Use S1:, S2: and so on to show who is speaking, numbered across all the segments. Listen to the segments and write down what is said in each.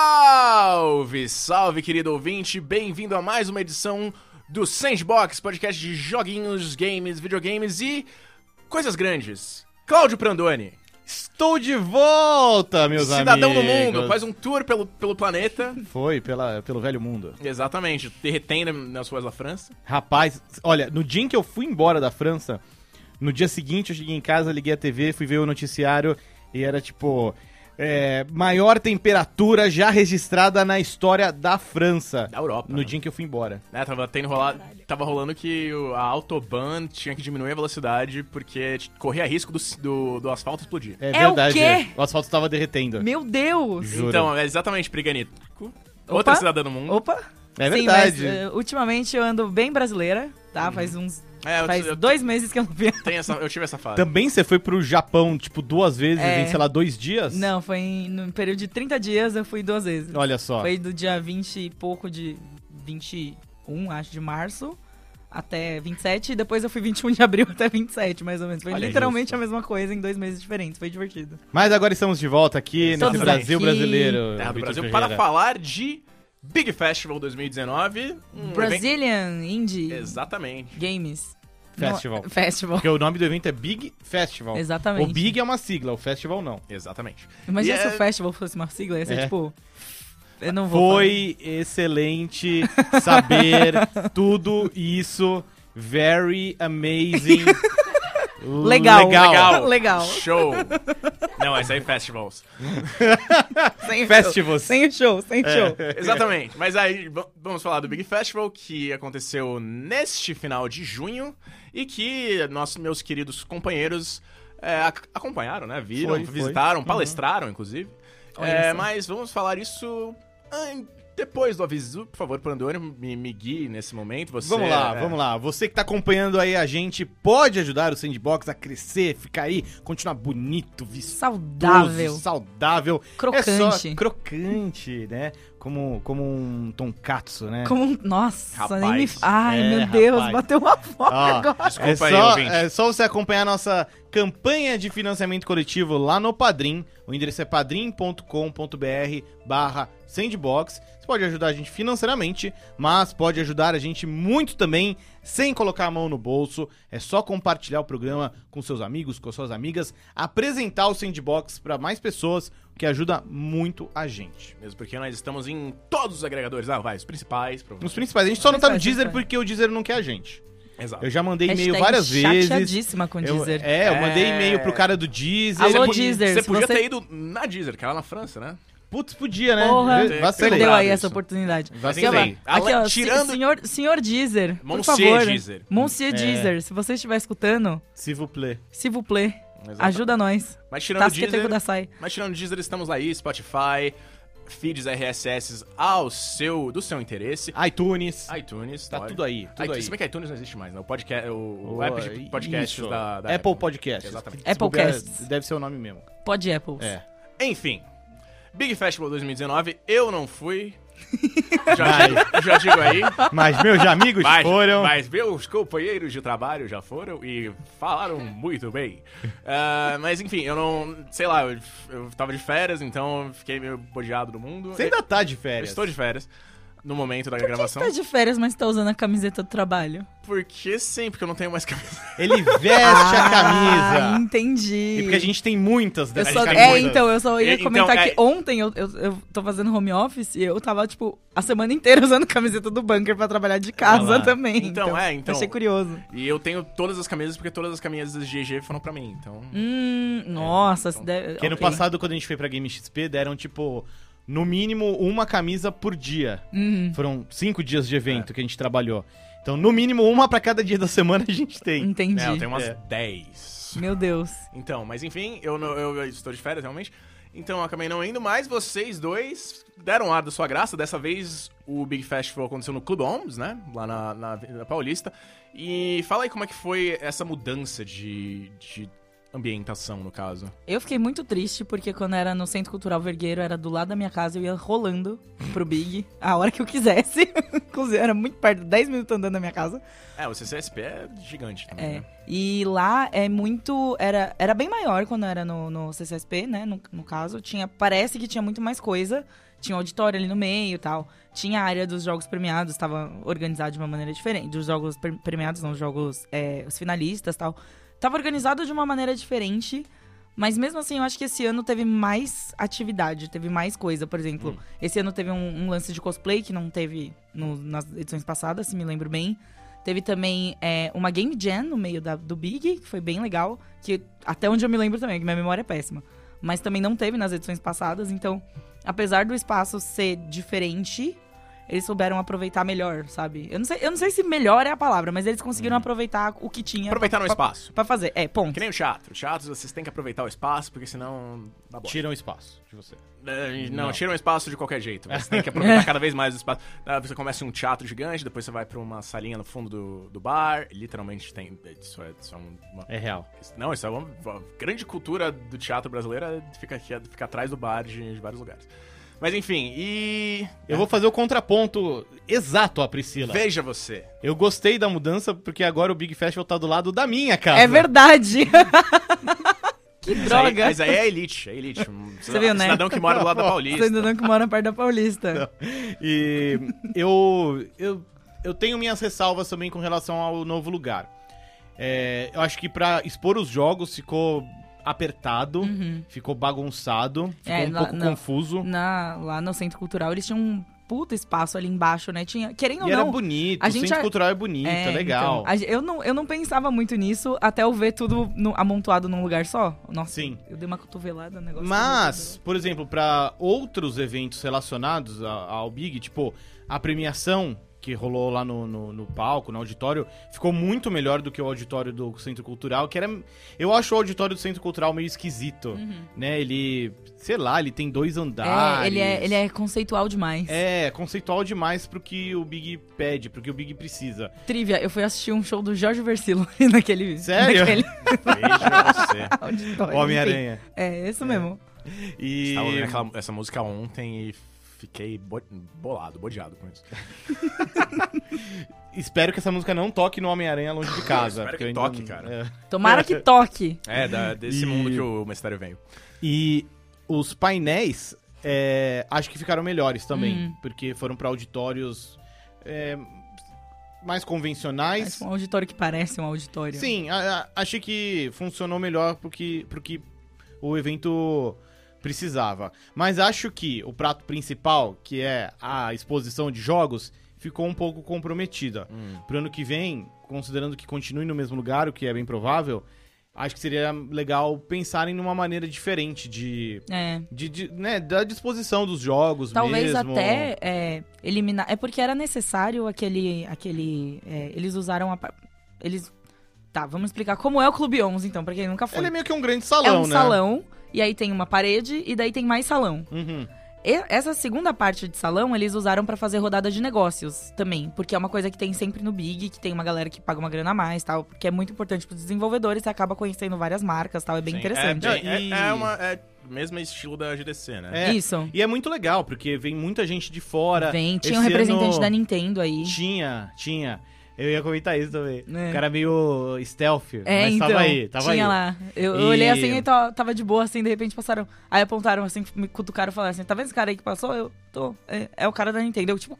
S1: Salve, salve, querido ouvinte! Bem-vindo a mais uma edição do Sandbox, podcast de joguinhos, games, videogames e coisas grandes. Cláudio Prandoni,
S2: Estou de volta, meus
S1: cidadão
S2: amigos.
S1: do mundo, faz um tour pelo, pelo planeta.
S2: Foi pela, pelo velho mundo.
S1: Exatamente, derretendo nas ruas da França.
S2: Rapaz, olha, no dia em que eu fui embora da França, no dia seguinte eu cheguei em casa, liguei a TV, fui ver o noticiário e era tipo. é, maior temperatura já registrada na história da França.
S1: Da Europa,
S2: No
S1: né?
S2: dia em que eu fui embora.
S1: Né, tava, tendo rolado, tava rolando que o- a Autobahn tinha que diminuir a velocidade porque t- corria risco do, do, do asfalto explodir.
S2: É,
S3: É o
S2: verdade.
S3: quê?
S2: é. O asfalto estava derretendo.
S3: Meu Deus!
S2: Juro.
S1: Então, é exatamente, Priganito. Outra cidadã do mundo.
S3: Opa!
S2: é
S3: Sim,
S2: verdade. Uhum.
S3: mas, eh, ultimamente eu ando bem brasileira, tá? Faz uns.
S1: É, eu-
S3: faz
S1: eu-
S3: dois meses que eu não vi.
S1: Tem essa, eu tive essa fase.
S2: Também você foi pro Japão, tipo, duas vezes
S3: É.
S2: em, sei lá, dois dias?
S3: Não, foi em, no período de 30 dias eu fui duas vezes.
S2: Olha só.
S3: Foi do dia 20 e pouco de. 21, acho, de março até 27. E depois eu fui 21 de abril até 27, mais ou menos. Foi
S1: Olha,
S3: literalmente
S2: justo.
S3: a mesma coisa em dois meses diferentes. Foi divertido.
S2: Mas agora estamos de volta aqui
S3: Estamos
S2: nesse Brasil
S3: aqui.
S2: brasileiro.
S1: Terra do
S2: Vitor
S1: É, Brasil
S2: Ferreira.
S1: para falar de Big Festival 2019.
S2: Hum, é
S1: um evento-
S3: Brazilian Indie
S1: Exatamente.
S3: Games
S2: Festival.
S3: No- festival.
S2: Porque o nome do evento é Big Festival.
S3: Exatamente.
S2: O Big é uma sigla, o Festival não.
S1: Exatamente.
S3: Imagina
S1: E
S3: se
S1: é-
S3: o festival fosse uma sigla, ia ser
S2: É.
S3: tipo. Eu não vou.
S2: Foi excelente saber tudo isso. Very amazing.
S3: Legal.
S2: Legal.
S3: Legal.
S1: Show. Não, é isso aí, festivals.
S3: falar. Sem o show.
S2: Festivals.
S3: Sem o show, sem
S2: É.
S3: o show.
S1: Exatamente. Mas aí, v- vamos falar do Big Festival que aconteceu neste final de junho e que nossos meus queridos companheiros é, ac- acompanharam, né? Viram,
S2: Foi, Uhum. foi.
S1: visitaram, palestraram, inclusive.
S3: Olha
S1: É,
S3: só.
S1: mas vamos falar isso ah, depois do aviso. Por favor, Pandora, me, me guie nesse momento. Você,
S2: Vamos lá,
S1: é,
S2: vamos lá. Você que tá acompanhando aí a gente pode ajudar o Sandbox a crescer, ficar aí, continuar bonito, vistoso,
S3: Saudável.
S2: saudável. É
S3: Crocante.
S2: só crocante, né? Como, como um tonkatsu, né?
S3: Como um... Nossa,
S1: Rapaz.
S3: nem me. Ai,
S2: É,
S3: meu Deus,
S2: rapaz.
S3: bateu uma fome
S2: Ó,
S3: agora.
S2: É
S1: Desculpa aí,
S2: só,
S1: ouvinte.
S2: é só você acompanhar a nossa campanha de financiamento coletivo lá no Padrim. O endereço é padrim.com.br barra sandbox. Você pode ajudar a gente financeiramente, mas pode ajudar a gente muito também sem colocar a mão no bolso. É só compartilhar o programa com seus amigos, com suas amigas, apresentar o sandbox para mais pessoas, o que ajuda muito a gente.
S1: Mesmo porque nós estamos em todos os agregadores. Ah, vai, os principais,
S2: Nos
S1: provavelmente.
S2: principais, a gente só não tá no
S3: Principais,
S2: Deezer
S3: principais.
S2: porque o Deezer não quer a gente.
S1: Exato.
S2: Eu já mandei e-mail
S3: Hashtag
S2: várias vezes.
S3: Chateadíssima com
S2: Eu-
S3: Deezer.
S2: é, eu
S1: É.
S2: mandei e-mail pro cara do Deezer.
S3: Alô,
S2: Ele-
S3: Deezer.
S1: Você
S3: se
S1: podia
S3: você-
S1: ter ido na Deezer, que é lá na França, né?
S2: Putz, podia, né?
S3: Porra.
S2: Eu- Vacilei.
S3: Perdeu aí
S1: isso.
S3: essa oportunidade.
S2: Vacilei.
S3: Aqui, ó,
S1: Ale-
S3: aqui, ó,
S1: tirando-
S3: se- senhor, senhor Deezer, por
S1: Monsieur
S3: favor.
S1: Deezer.
S3: Monsieur
S2: É.
S3: Deezer, se você estiver escutando,
S2: Se vous plaît.
S3: s'il vous plaît, ajuda nós.
S1: Mas tirando o
S3: Tasqueta
S1: Deezer,
S3: Kudasai.
S1: mas tirando o Deezer, estamos aí, Spotify, feeds RSS ao seu, do seu interesse,
S2: iTunes.
S1: iTunes,
S2: Tá
S1: olha.
S2: tudo aí, tudo
S1: iTunes-
S2: aí.
S1: Se bem que iTunes não existe mais, né? O podcast, o, o
S2: Boa,
S1: app de podcasts
S2: isso.
S1: da, da
S2: Apple Podcasts.
S1: Exatamente.
S2: Se bobear,
S3: Applecasts.
S2: Deve ser o nome mesmo.
S3: Pode Apple.
S2: É.
S1: Enfim, Big Festival 2019, eu não fui. Já,
S2: Vai.
S1: digo, já digo aí.
S2: Mas meus amigos
S1: Mas,
S2: foram.
S1: mas meus companheiros de trabalho já foram e falaram muito bem. Ah, mas enfim, eu não. Sei lá, eu, eu tava de férias, então eu fiquei meio bodeado do mundo.
S2: Você
S1: eu,
S2: ainda tá de
S1: eu
S2: férias.
S1: estou de férias no momento da gravação.
S3: Tá de férias, mas tá usando a camiseta do trabalho.
S1: Porque sim, porque eu não tenho mais camisa.
S2: Ele veste a
S3: Ah,
S2: camisa.
S3: entendi.
S2: E porque a gente tem muitas
S3: Eu
S2: dessas
S3: só,
S2: camisas.
S3: é, então, eu só
S1: E-
S3: ia
S1: então,
S3: comentar
S1: é-
S3: que ontem eu, eu, eu tô fazendo home office e eu tava, tipo, a semana inteira usando camiseta do bunker pra trabalhar de
S2: Ah
S3: casa
S2: lá.
S3: também.
S1: Então, é, então.
S3: Achei curioso.
S1: E eu tenho todas as camisas porque todas as camisas de GG foram pra mim, então.
S3: Hum, nossa, se deve.
S2: Porque no
S3: ok.
S2: passado, quando a gente foi pra Game XP, deram, tipo, no mínimo uma camisa por dia.
S3: Uhum,
S2: Foram cinco dias de evento que a gente trabalhou. Então, no mínimo, uma pra cada dia da semana a gente tem.
S3: entendi.
S1: É, eu tenho umas
S2: É.
S1: 10.
S3: Meu Deus.
S1: Então, mas enfim, eu, não- eu- eu estou de férias realmente. Então eu acabei não indo, mas vocês dois deram ar da sua graça. Dessa vez o Big Festival aconteceu no Clube Holmes, né? Lá na, na Avenida Paulista. E fala aí como é que foi essa mudança de, de ambientação, no caso.
S3: Eu fiquei muito triste porque quando era no Centro Cultural Vergueiro, era do lado da minha casa, eu ia rolando pro Big a hora que eu quisesse. Inclusive, era muito perto, 10 minutos andando da minha casa.
S1: É, o CCSP é gigante também,
S3: É.
S1: né?
S3: E lá é muito. Era, era bem maior quando era no, no CCSP, né? No, no caso, tinha. Parece que tinha muito mais coisa. Tinha auditório ali no meio e tal. Tinha a área dos jogos premiados, estava organizado de uma maneira diferente. Dos jogos pre- premiados, não, os jogos. é, os finalistas e tal. Tava organizado de uma maneira diferente. Mas mesmo assim, eu acho que esse ano teve mais atividade, teve mais coisa. Por exemplo, esse ano teve um, um lance de cosplay que não teve no- nas edições passadas, se me lembro bem. Teve também é, uma Game Jam no meio da- do Big, que foi bem legal. Que até onde eu me lembro também, que minha memória é péssima. Mas também não teve nas edições passadas, então, apesar do espaço ser diferente, eles souberam aproveitar melhor, sabe? Eu não sei, eu não sei se melhor é a palavra, mas eles conseguiram aproveitar o que tinha
S1: Aproveitar no espaço.
S3: pra fazer. É, ponto.
S1: Que nem o teatro. Teatros, vocês têm que aproveitar o espaço, porque senão dá bosta.
S2: Tiram um espaço de você.
S1: É, Não,
S2: Não.
S1: tira um espaço de qualquer jeito. Você tem que aproveitar cada vez mais o espaço. Ah, Você começa em um teatro gigante, depois você vai pra uma salinha no fundo do, do bar. Literalmente tem. Isso é, isso é uma.
S2: É real.
S1: Não, isso é uma, uma grande cultura do teatro brasileiro. é, Fica, aqui, fica atrás do bar de, de vários lugares. Mas enfim, e.
S2: Eu vou fazer o contraponto exato à Priscila.
S1: Veja você.
S2: Eu gostei da mudança porque agora o Big Festival tá do lado da minha casa.
S3: É verdade. que
S1: Mas aí-
S3: droga.
S1: Mas aí é elite, é elite. Um cidadão,
S3: viu, né?
S1: cidadão que mora do lado da Paulista.
S3: Você não que mora perto da Paulista.
S2: E eu, eu, eu tenho minhas ressalvas também com relação ao novo lugar. É, eu acho que pra expor os jogos ficou apertado, ficou bagunçado, ficou
S3: Uhum. É,
S2: um
S3: lá-
S2: pouco
S3: não.
S2: confuso.
S3: na- lá no Centro Cultural, eles tinham um puto espaço ali embaixo, né? Tinha, querendo ou
S2: e era
S3: não...
S2: bonito,
S3: a
S2: o
S3: gente
S2: centro
S3: a-
S2: cultural é bonito, é,
S3: É,
S2: legal.
S3: então, a gen- eu, não, eu não pensava muito nisso até eu ver tudo no- amontoado num lugar só. Nossa,
S2: Sim.
S3: eu dei uma cotovelada no negócio.
S2: Mas, por exemplo, pra outros eventos relacionados a- ao Big, tipo, a premiação que rolou lá no, no, no palco, no auditório, ficou muito melhor do que o auditório do Centro Cultural, que era... Eu acho o auditório do Centro Cultural meio esquisito, né? Ele, sei lá, ele tem dois andares...
S3: Uhum. É, ele, é, ele é conceitual demais.
S2: É, conceitual demais pro que o Big pede, pro que o Big precisa.
S3: Trivia, eu fui assistir um show do Jorge Versilo naquele,
S2: Sério?
S3: naquele
S1: Veja você.
S3: auditório.
S2: Homem-Aranha.
S3: Enfim, É, isso mesmo.
S2: E...
S1: Estava ouvindo aquela- essa música ontem e fiquei bo- bolado, bodeado com isso.
S2: Espero que essa música não toque no Homem-Aranha longe de casa.
S1: Espero
S2: porque
S1: que
S2: eu ainda
S1: toque,
S2: não-
S1: cara.
S2: É.
S3: Tomara que toque.
S1: É, da- desse
S2: E-
S1: mundo que o Mestério veio.
S2: E os painéis, é, acho que ficaram melhores também,
S3: Uhum.
S2: porque foram pra auditórios é, mais
S3: Mas
S2: convencionais.
S3: um auditório que parece um auditório.
S2: Sim, a- a- achei que funcionou melhor pro que, pro que o evento precisava. Mas acho que o prato principal, que é a exposição de jogos, ficou um pouco comprometida. Pro ano que vem, considerando que continue no mesmo lugar, o que é bem provável, acho que seria legal pensarem numa maneira diferente de
S3: É.
S2: de, de- né, da disposição dos jogos
S3: Talvez
S2: mesmo.
S3: até é, eliminar. É porque era necessário aquele. aquele é, eles usaram a. pa- Eles. Tá, vamos explicar como é o Clube 11, então, pra quem nunca foi.
S2: Ele é meio que um grande
S3: É
S2: salão,
S3: um
S2: né?
S3: salão, e aí tem uma parede, e daí tem mais salão.
S2: Uhum.
S3: E- essa segunda parte de salão, eles usaram pra fazer rodada de negócios também. Porque é uma coisa que tem sempre no Big, que tem uma galera que paga uma grana a mais tal. Porque é muito importante pros desenvolvedores, você acaba conhecendo várias marcas tal. É bem
S1: Sim.
S3: interessante.
S1: É, bem-
S2: E-
S1: é- é uma. É o mesmo estilo da GDC, né?
S2: É.
S3: Isso.
S2: E é muito legal, porque vem muita gente de fora.
S3: Vem, tinha um
S2: esse
S3: representante
S2: ano-
S3: da Nintendo aí.
S2: Tinha, tinha. Eu ia comentar isso também.
S3: É.
S2: O cara meio stealth,
S3: É,
S2: mas
S3: então,
S2: tava aí, tava
S3: tinha
S2: aí.
S3: lá. Eu, eu
S2: E-
S3: olhei assim e tava, tava de boa, assim, de repente passaram. Aí apontaram assim, me cutucaram e falaram assim, tá vendo esse cara aí que passou? Eu tô. É, é o cara da Nintendo. Eu, tipo,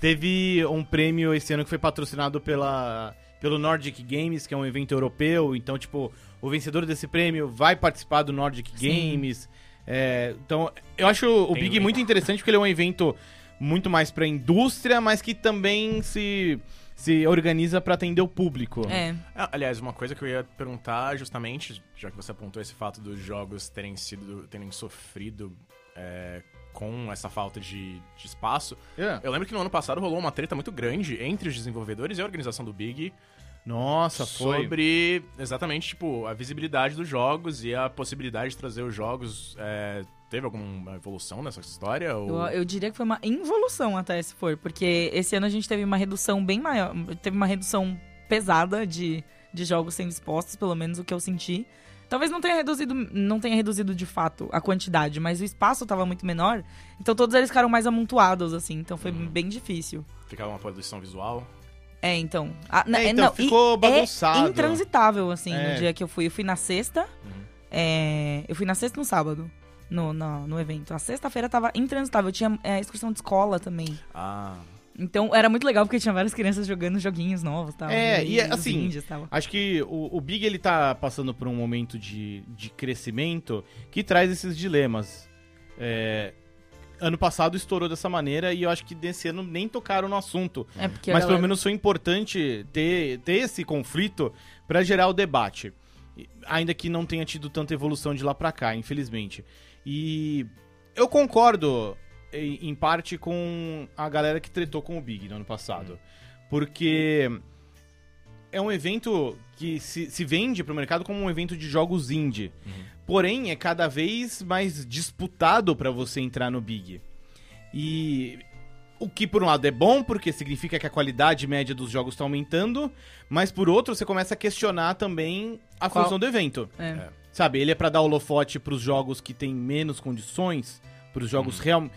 S2: Teve um prêmio esse ano que foi patrocinado pela, pelo Nordic Games, que é um evento europeu. Então, tipo, o vencedor desse prêmio vai participar do Nordic
S3: Sim.
S2: Games. É, então, eu acho o
S1: Tem
S2: Big
S1: um-
S2: muito interessante porque ele é um evento muito mais pra indústria, mas que também se, se organiza pra atender o público.
S3: é.
S1: Ah, Aliás, uma coisa que eu ia perguntar, justamente, já que você apontou esse fato dos jogos terem sido. terem sofrido. é, com essa falta de, de espaço.
S2: É.
S1: Eu lembro que no ano passado rolou uma treta muito grande entre os desenvolvedores e a organização do Big
S2: Nossa, foi.
S1: sobre exatamente tipo a visibilidade dos jogos e a possibilidade de trazer os jogos. é, teve alguma evolução nessa história? Ou...
S3: Eu, eu diria que foi uma involução até se for, porque esse ano a gente teve uma redução bem maior, teve uma redução pesada de de jogos sendo expostos, pelo menos o que eu senti. Talvez não tenha reduzido, não tenha reduzido de fato a quantidade, mas o espaço tava muito menor, então todos eles ficaram mais amontoados, assim, então foi
S2: Uhum.
S3: bem difícil.
S1: Ficava uma produção visual.
S3: É, então. Ah, na-
S2: É,
S3: é,
S2: então,
S3: não, e
S2: ficou bagunçado.
S3: É intransitável, assim,
S2: É. Uhum.
S3: no dia que eu fui. Eu fui na sexta. é, eu fui na sexta e no sábado. No, no, no evento. A sexta-feira tava intransitável. Tinha é, excursão de escola também.
S1: Ah.
S3: Então era muito legal porque tinha várias crianças jogando joguinhos novos tal,
S2: É, e,
S3: os
S2: assim,
S3: índios, tal.
S2: Acho que o, o Big ele tá passando por um momento de, de crescimento que traz esses dilemas. É, ano passado estourou dessa maneira e eu acho que desse ano nem tocaram no assunto.
S3: É porque a
S2: Mas pelo
S3: galera-
S2: menos foi importante ter, ter esse conflito pra gerar o debate. E- Ainda que não tenha tido tanta evolução de lá pra cá, infelizmente. E eu concordo, em em parte, com a galera que tretou com o Big no ano passado. Porque é um evento que se, se vende pro mercado como um evento de jogos indie. Porém, é cada vez mais disputado pra você entrar no Big. E o que por um lado é bom, porque significa que a qualidade média dos jogos está aumentando, mas por outro você começa a questionar também a
S3: Qual-
S2: função do evento.
S3: É.
S1: É.
S2: Sabe, ele é pra dar holofote pros jogos que têm menos condições, pros jogos realmente...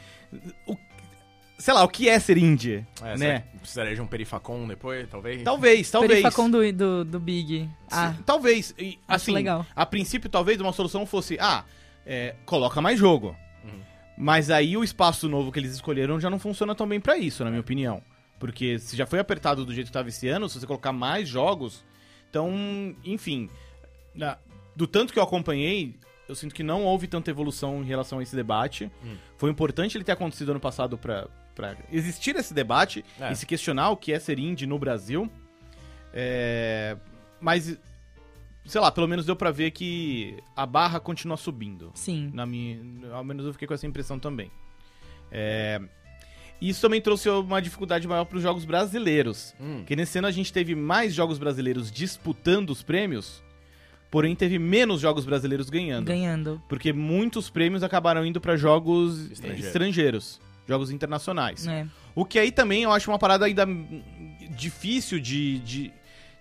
S2: Sei lá, o que é ser indie?
S1: É,
S2: né?
S1: será que Precisaria de um perifacon depois, talvez?
S2: Talvez, talvez.
S3: Perifacon do, do, do Big. Ah,
S2: Sim, Talvez. E,
S3: acho
S2: assim,
S3: legal.
S2: a princípio, talvez uma solução fosse: ah, é, coloca mais jogo.
S1: Uhum.
S2: Mas aí o espaço novo que eles escolheram já não funciona tão bem pra isso, na minha opinião. Porque se já foi apertado do jeito que tava esse ano, se você colocar mais jogos. Então, enfim. na- do tanto que eu acompanhei, eu sinto que não houve tanta evolução em relação a esse debate.
S1: Hum.
S2: Foi importante ele ter acontecido ano passado pra, pra existir esse debate
S1: É.
S2: e se questionar o que é ser indie no Brasil. É, mas, sei lá, pelo menos deu pra ver que a barra continua subindo.
S3: Sim.
S2: Na minha, ao menos eu fiquei com essa impressão também. É, isso também trouxe uma dificuldade maior pros jogos brasileiros.
S1: Hum.
S2: Porque nesse ano a gente teve mais jogos brasileiros disputando os prêmios, porém teve menos jogos brasileiros ganhando.
S3: Ganhando.
S2: Porque muitos prêmios acabaram indo pra jogos
S1: Estrangeiros.
S2: estrangeiros jogos internacionais.
S3: né?
S2: O que aí também eu acho uma parada ainda hum, difícil de, de,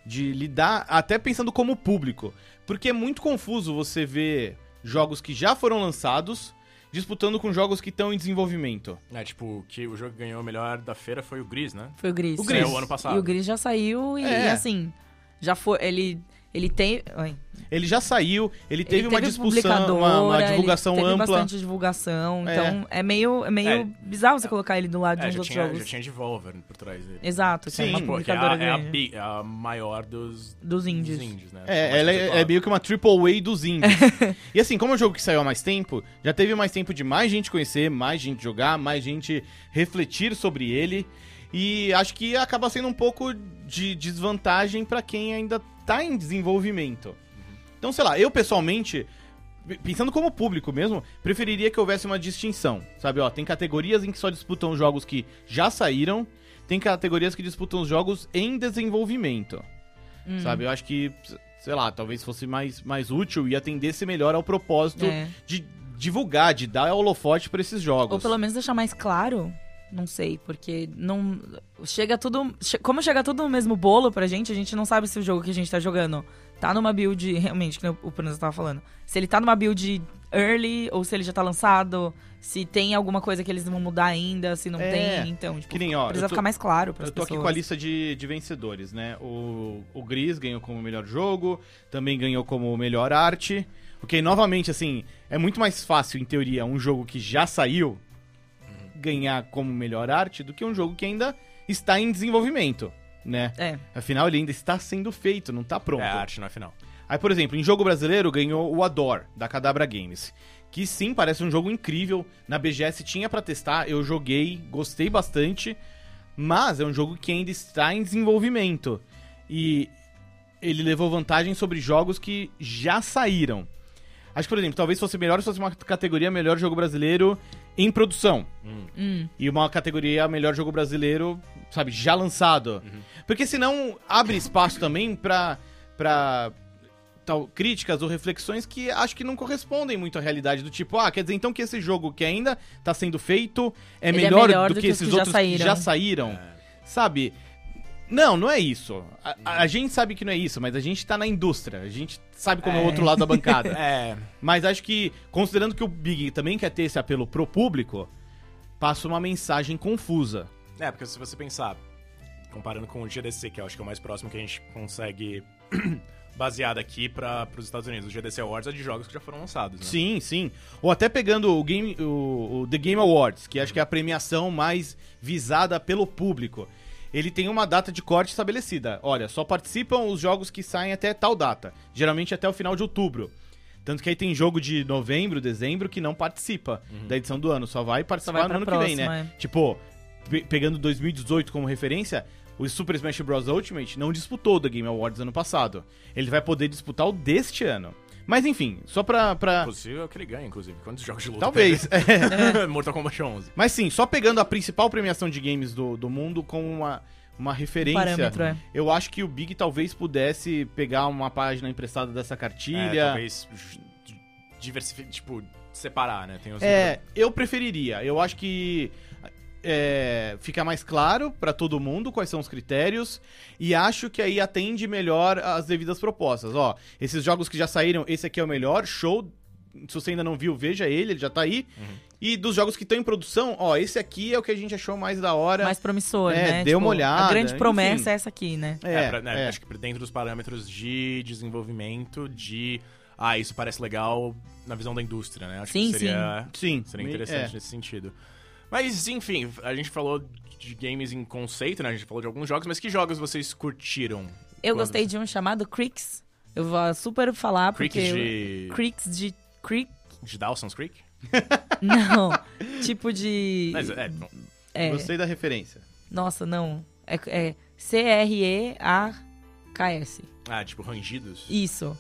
S2: de lidar, até pensando como público. Porque é muito confuso você ver jogos que já foram lançados disputando com jogos que estão em desenvolvimento.
S1: É, tipo, que o jogo que ganhou o melhor da feira foi o Gris, né?
S3: Foi o Gris.
S2: O Gris.
S1: É, o ano passado.
S3: E o Gris já saiu e,
S2: É.
S3: e, assim, já foi. Ele. Ele tem. Oi.
S2: Ele já saiu, ele teve,
S3: Ele
S2: uma discussão, uma, uma
S3: publicadora,
S2: divulgação
S3: ele teve
S2: ampla.
S3: bastante divulgação,
S2: É.
S3: então é, meio, é meio
S1: É.
S3: bizarro você colocar ele do lado de
S1: É,
S3: uns
S1: já
S3: outros
S1: tinha, já
S3: jogos.
S1: tinha Devolver por trás dele.
S3: Exato, tinha
S2: Sim.
S3: uma
S1: Pô, que é
S3: publicadora
S1: a, é a
S3: grande.
S1: bi- a maior dos,
S3: dos índios.
S1: dos índios, né?
S2: É,
S1: Mais
S2: ela é,
S1: conceituada.
S2: é meio que uma triple A dos indies. e assim, como é um jogo que saiu há mais tempo, já teve mais tempo de mais gente conhecer, mais gente jogar, mais gente refletir sobre ele. E acho que acaba sendo um pouco de desvantagem pra quem ainda tá em desenvolvimento. Então, sei lá, eu pessoalmente, pensando como público mesmo, preferiria que houvesse uma distinção, sabe? Ó, tem categorias em que só disputam jogos que já saíram, tem categorias que disputam jogos em desenvolvimento
S3: Hum,
S2: sabe? Eu acho que, sei lá, talvez fosse mais, mais útil e atendesse melhor ao propósito
S3: é.
S2: de divulgar, de dar holofote pra esses jogos.
S3: Ou pelo menos deixar mais claro, não sei, porque não chega tudo, che- como chega tudo no mesmo bolo pra gente, a gente não sabe se o jogo que a gente tá jogando tá numa build realmente, que nem o Pranzo tava falando. Se ele tá numa build early ou se ele já tá lançado, se tem alguma coisa que eles vão mudar ainda, se não
S2: É.
S3: tem, então, tipo,
S2: Que nem, ó,
S3: Precisa
S2: eu tô,
S3: ficar mais claro para
S2: eu
S3: as
S2: tô
S3: pessoas.
S2: aqui com a lista de, de vencedores, né? O, o Gris ganhou como melhor jogo, também ganhou como melhor arte. Porque, novamente, assim, é muito mais fácil, em teoria, um jogo que já saiu ganhar como melhor arte do que um jogo que ainda está em desenvolvimento, né?
S3: É,
S2: Afinal, ele ainda está sendo feito, não tá pronto.
S1: É, a arte na final.
S2: Aí, por exemplo, em jogo brasileiro ganhou o Ador, da Cadabra Games. Que sim, parece um jogo incrível. Na BGS tinha pra testar, eu joguei, gostei bastante. Mas é um jogo que ainda está em desenvolvimento. E ele levou vantagem sobre jogos que já saíram. Acho que, por exemplo, talvez fosse melhor se fosse uma categoria melhor jogo brasileiro em produção.
S3: hum,
S2: E uma categoria melhor jogo brasileiro, sabe, já lançado. Porque senão abre espaço também pra, pra tal, críticas ou reflexões que acho que não correspondem muito à realidade. Do tipo, ah, quer dizer então que esse jogo que ainda tá sendo feito é,
S3: Ele é
S2: melhor,
S3: melhor
S2: do, que,
S3: os
S2: esses
S3: que já
S2: outros que
S3: saíram.
S2: já saíram.
S1: É.
S2: Sabe? Não, não é isso. A, a- a gente sabe que não é isso, mas a gente tá na indústria. A gente sabe como é, o outro lado da bancada.
S1: É.
S2: Mas acho que, considerando que o Big também quer ter esse apelo pro público, passa uma mensagem confusa.
S1: É, porque se você pensar, comparando com o GDC, que eu acho que é o mais próximo que a gente consegue basear daqui para os Estados Unidos. O GDC Awards é de jogos que já foram lançados, né?
S2: Sim, sim. Ou até pegando o, game, o, o The Game Awards, que acho que é a premiação mais visada pelo público. Ele tem uma data de corte estabelecida. Olha, só participam os jogos que saem até tal data. Geralmente até o final de outubro. Tanto que aí tem jogo de novembro, dezembro, que não participa
S1: Uhum.
S2: da edição do ano. Só vai participar
S3: vai pra
S2: no ano que vem,
S3: próxima,
S2: né? Tipo, pe- pegando 2018 como referência, o Super Smash Bros. Ultimate não disputou o The Game Awards ano passado. Ele vai poder disputar o deste ano. Mas enfim, só pra... pra...
S1: É Possível que ele ganhe, inclusive. Quantos jogos de luta
S2: Talvez. É.
S1: teve? Mortal Kombat 11.
S2: Mas sim, só pegando a principal premiação de games do, do mundo como uma, uma referência,
S3: Parâmetro, é.
S2: eu acho que o Big talvez pudesse pegar uma página emprestada dessa
S1: É,
S2: cartilha. É,
S1: talvez diversificar, tipo, separar, né? Tem os
S2: É, eu preferiria. Eu acho que é, fica mais claro pra todo mundo quais são os critérios e acho que aí atende melhor as devidas propostas. Ó, esses jogos que já saíram, esse aqui é o melhor, show. Se você ainda não viu, veja ele, ele já tá aí.
S1: Uhum.
S2: E dos jogos que estão em produção, ó, esse aqui é o que a gente achou mais da hora.
S3: Mais promissor,
S2: É,
S3: né?
S2: dê uma olhada,
S3: A grande promessa
S2: enfim.
S3: é essa aqui, né?
S1: É, pra- né, Acho que pra dentro dos parâmetros de desenvolvimento, de. Ah, isso parece legal na visão da indústria, né? Acho
S3: Sim,
S1: que seria,
S2: Sim.
S1: seria
S2: Me-
S1: interessante
S2: é.
S1: nesse sentido. Mas, enfim, a gente falou de games em conceito, né? A gente falou de alguns jogos, mas que jogos vocês curtiram?
S3: Eu
S1: Quando-
S3: gostei de um chamado Cricks. Eu vou super falar porque...
S1: Creeks de.
S3: Cricks de... Crick?
S1: De Dawson's Creek?
S3: Não. tipo de...
S1: Mas, é, bom,
S3: é,
S2: Gostei da referência.
S3: Nossa, não. É, é C-R-E-A-K-S.
S1: ah, tipo, rangidos.
S3: Isso.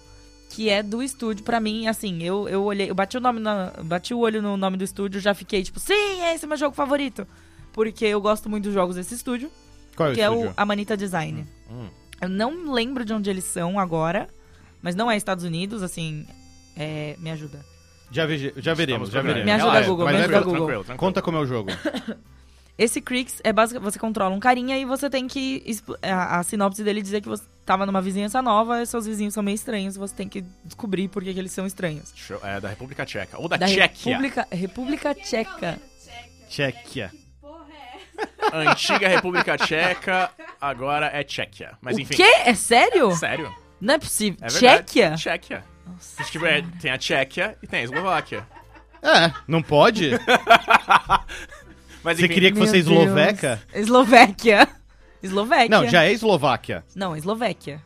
S3: Que é do estúdio, pra mim, assim, eu, eu olhei, eu bati o nome na- bati o olho no nome do estúdio, já fiquei tipo, sim, esse é meu jogo favorito. Porque eu gosto muito dos jogos desse estúdio,
S2: Qual
S3: que é o Amanita Design.
S1: Hum.
S3: Eu não lembro de onde eles são agora, mas não é Estados Unidos, assim, é, me ajuda.
S2: Já, veje- já veremos, já veremos.
S3: Me ajuda,
S2: Relaxa,
S3: Google,
S2: mas
S3: me
S2: é
S3: ajuda,
S2: verdade.
S3: Google.
S1: tranquilo, tranquilo.
S2: Conta como é o jogo.
S3: Esse Crix é basicamente. Você controla um carinha e você tem que. expl- é, A, a sinopse dele dizer que você tava numa vizinhança nova e seus vizinhos são meio estranhos. Você tem que descobrir por que, que eles são estranhos.
S1: Show- É da República Tcheca. Ou da,
S3: Da
S1: Tchequia.
S3: República, República Tcheca.
S2: Tchequia.
S4: Que porra é essa?
S1: Antiga República Tcheca, agora é Tchequia. Mas
S3: o
S1: enfim.
S3: quê? É sério?
S1: Sério?
S3: Não é possível.
S1: É verdade.
S3: Tchequia?
S1: Tchequia.
S3: Nossa.
S1: Tipo, é- tem a Tchequia e tem a Eslováquia.
S2: É, não pode?
S1: Mas
S2: Você
S1: enfim,
S2: queria que
S3: Meu
S2: fosse
S3: Deus.
S2: esloveca?
S3: Eslovéquia. Eslovéquia.
S2: Não, já é Eslováquia.
S3: Não, Eslovéquia.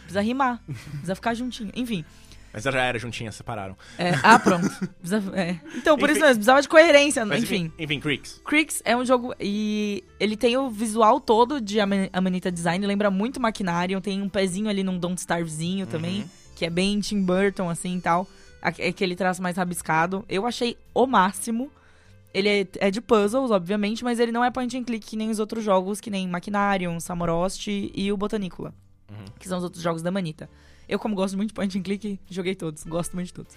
S3: Precisa rimar. Precisa ficar juntinho. Enfim.
S1: Mas já era juntinha, separaram.
S3: é, ah, pronto. Precisa- é. Então, por
S1: Enfim.
S3: isso mesmo, precisava de coerência.
S1: Mas,
S3: enfim.
S1: Enfim, Creeks.
S3: Crix é um jogo e ele tem o visual todo de Ama- Amanita Design, lembra muito Maquinarium, tem um pezinho ali num Don't Starvezinho também, que é bem Tim Burton assim e tal, Aque- aquele traço mais rabiscado. Eu achei o máximo. Ele é, é de puzzles, obviamente, mas ele não é point and click que nem os outros jogos, que nem Maquinarium, Samorost e o Botanicula, que são os outros jogos da Manita. Eu, como gosto muito de point and click, joguei todos, gosto muito de todos.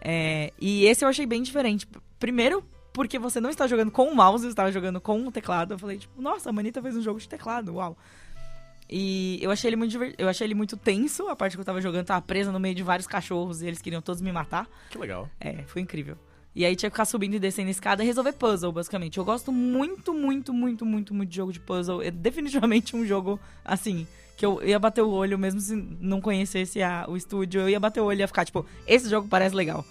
S3: É, e esse eu achei bem diferente. Primeiro, porque você não está jogando com o mouse, você estava jogando com o teclado. Eu falei, tipo, nossa, a Manita fez um jogo de teclado, uau. E eu achei ele muito diver- eu achei ele muito tenso, a parte que eu tava jogando tava presa no meio de vários cachorros e eles queriam todos me matar.
S1: Que legal.
S3: É, foi incrível. E aí tinha que ficar subindo e descendo a escada e resolver puzzle, basicamente. Eu gosto muito, muito, muito, muito, muito de jogo de puzzle. É definitivamente um jogo, assim, que eu ia bater o olho, mesmo se não conhecesse a- o estúdio, eu ia bater o olho e ia ficar, tipo, esse jogo parece legal.